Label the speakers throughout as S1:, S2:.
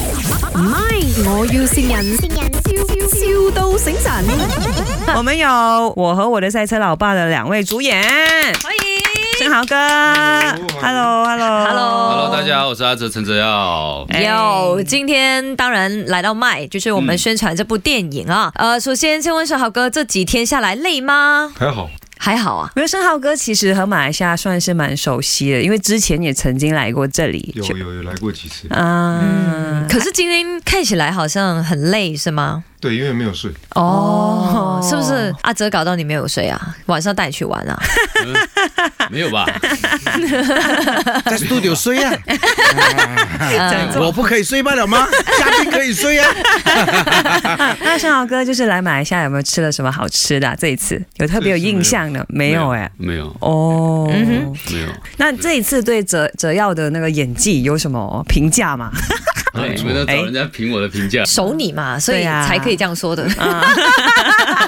S1: 唔係，我要善人，笑笑到醒神。
S2: 我们有我和我的赛车老爸的两位主演，
S3: 欢迎。
S2: 正豪哥，Hello，Hello，Hello，
S3: Hello
S4: Hello，大家好，我是阿哲陈哲 耀。
S2: 哎
S3: 有，今天当然来到麦，就是我们宣传这部电影啊。呃，首先先问小豪哥，这几天下来累吗？
S4: 还好，
S3: 还好啊。
S2: 没有，盛浩哥其实和马来西亚算是蛮熟悉的，因为之前也曾经来过这里。
S4: 有
S2: 就
S4: 有有来过几次，
S2: 啊
S3: 嗯，，可是今天看起来好像很累，是吗？
S4: 对，因为没有睡，
S3: 哦，是不是阿哲搞到你没有睡啊？晚上带你去玩 啊？
S5: 没有吧？
S6: 在 studio 睡啊，
S3: 嗯
S6: 我不可以睡罢了 吗？嘉宾可以睡啊。
S2: 那盛浩哥就是来马来西亚有没有吃了什么好吃的啊、这一次有特别有印象的没有？哎，
S5: 没有，
S2: 哦，
S3: 嗯哼
S5: 没有。
S2: 那这一次对哲哲耀的那个演技有什么评价吗？哎
S5: 啊你们都找人家评我的评价，
S3: 熟你嘛，所以
S2: 对啊
S3: 才可以这样说 的。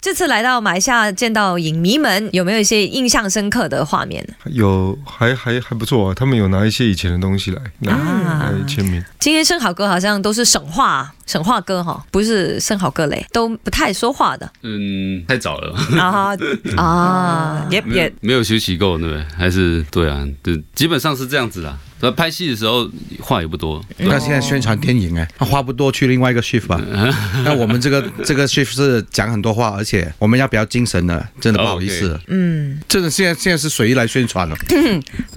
S3: 这次来到马来西亚见到影迷们，有没有一些印象深刻的画面？
S4: 有还还还不错啊，他们有拿一些以前的东西来来来签名，
S3: 今天生蚝哥好像都是省话，省话哥哈，不是生蚝哥嘞，都不太说话的
S5: 嗯，太早了，
S2: 啊，
S3: 啊。
S2: 也
S5: 没有
S2: 也
S5: 没有休息够，对不对？还是对啊，对，基本上是这样子啦。那拍戏的时候话也不多，对
S6: 那现在宣传电影哎，他话不多，去另外一个 shift 吧。那我们这个这个 shift 是讲很多话，而且我们要比较精神的，真的不好意思。
S3: 嗯，
S6: 真的现在现在是谁来宣传了？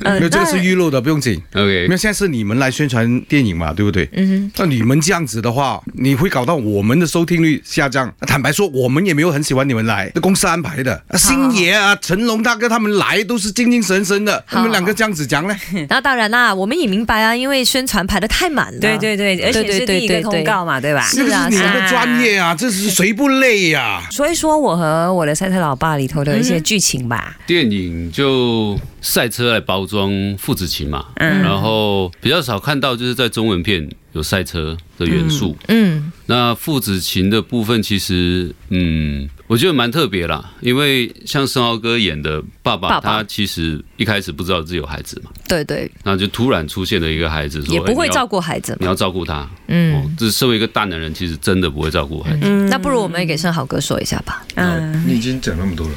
S2: 呃
S6: 没有，这个
S2: 那
S6: 是预录的，不用紧。没
S5: OK，
S6: 有，现在是你们来宣传电影嘛，对不对？嗯那你们这样子的话，你会搞到我们的收听率下降。坦白说，我们也没有很喜欢你们来，那公司安排的。啊星爷啊，成龙大哥他们来都是精精神神的，
S3: 好
S6: 你们两个这样子讲呢？
S3: 那当然啦，我们也明白啊，因为宣传排的太满了。
S2: 对对对，而且是第一个通告嘛，对吧？
S3: 是
S6: 这个
S3: 啊
S6: 是你们的专业啊，这是谁不累啊呀、
S2: 所以说，我和我的赛特老爸里头的一些剧情吧，
S5: 电影就赛车来包装父子情嘛，
S2: 嗯
S5: 然后比较少看到就是在中文片有赛车的元素。
S3: 嗯，
S5: 那父子情的部分，其实嗯，我觉得蛮特别啦，因为像申豪哥演的爸爸，
S3: 爸爸
S5: 他其实一开始不知道自己有孩子嘛，
S3: 对对，
S5: 那就突然出现了一个孩子说，
S3: 也不会照
S5: 顾、
S3: 顾孩子
S5: 你
S3: 嘛。
S5: 要照顾他。哦
S3: 嗯，，
S5: 这身为一个大男人，其实真的不会照顾孩子，
S2: 嗯
S3: 那不如我们也给生蚝哥说一下吧。
S2: 嗯，
S4: 你已经讲那么多了，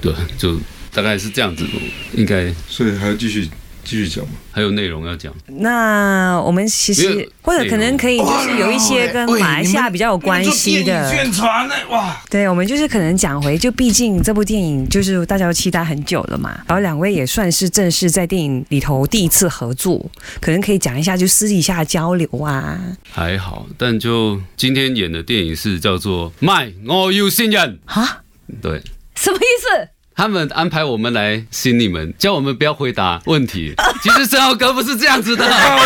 S5: 对，就大概是这样子，应该
S4: 所以还要继续继续讲嘛。
S5: 还有内容要讲。
S2: 那我们其
S5: 因
S2: 实
S5: 为
S2: 或者可能可以就是有一些跟马来西亚比较有关系的，
S6: 宣传呢？哇，
S2: 对，我们就是可能讲回，就毕竟这部电影就是大家都期待很久了嘛，然后两位也算是正式在电影里头第一次合作，可能可以讲一下就私底下交流啊，
S5: 还好，但就今天演的电影是叫做《卖我有信任》
S3: 啊，
S5: 对
S3: 什么意思？
S5: 他们安排我们来信你们，叫我们不要回答 问题。其实申浩哥不是这样子的，
S4: 哎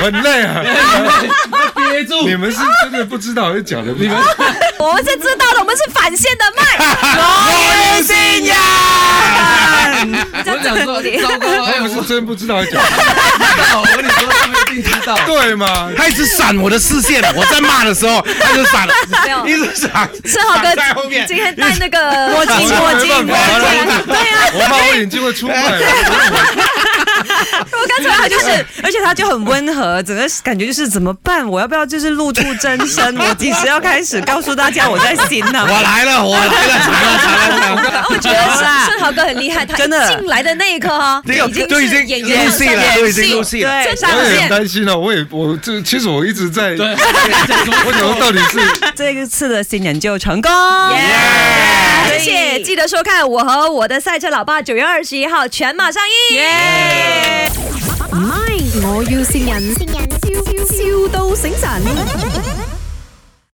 S4: 很累啊！
S5: 憋住
S4: 你们是真的不知道还是假的？你们
S3: 我们是知道的，我们是反线的
S6: 哎
S3: 麦。
S2: 信仰，
S5: 我想说，糟糕，哎，
S4: 他
S5: 我
S4: 们
S5: 说
S4: 是真不知道还是假的？
S5: 好，我跟你说，他们一定知 道。
S4: 对嘛？
S6: 他一直闪我的视线， 我在骂的时候，他就闪，
S3: 没有
S6: 一直闪，
S3: 生蚝
S6: 闪在后
S3: 哥
S6: 面
S3: 今天戴那 个墨镜
S4: 我
S2: 镜墨
S4: 没
S2: 镜
S4: 办
S2: 墨
S4: 法
S2: 镜。
S4: 了，啊我怕我眼睛会出啊卖。
S3: 啊
S2: 我刚才
S6: 啊
S2: 他就是，而且他就很温和，整个感觉就是怎么办？我要不要就是露出真身？我几时要开始告诉大家我在新 呢？
S6: 我来了，我来
S4: 哎
S6: 了，闪了，闪了，闪了。
S3: 我觉得盛豪哥很厉害，他
S2: 真的
S3: 一进来的那一刻哈，
S6: 这个
S3: 已经
S6: 啊都已
S3: 是
S6: 经
S3: 演
S6: 入
S3: 员
S6: 戏了，都已经入戏了。
S2: 对
S3: 真，上
S4: 我也很
S3: 线。
S4: 担心啊，我也我这其实我一直在，
S5: 对
S4: 我想说到底是
S2: 这一次的新人就成功，
S3: 谢谢，记得收看《我和我的赛车老爸》九月二十一号全马上映。
S1: 唔係，我要善人，笑笑到醒神。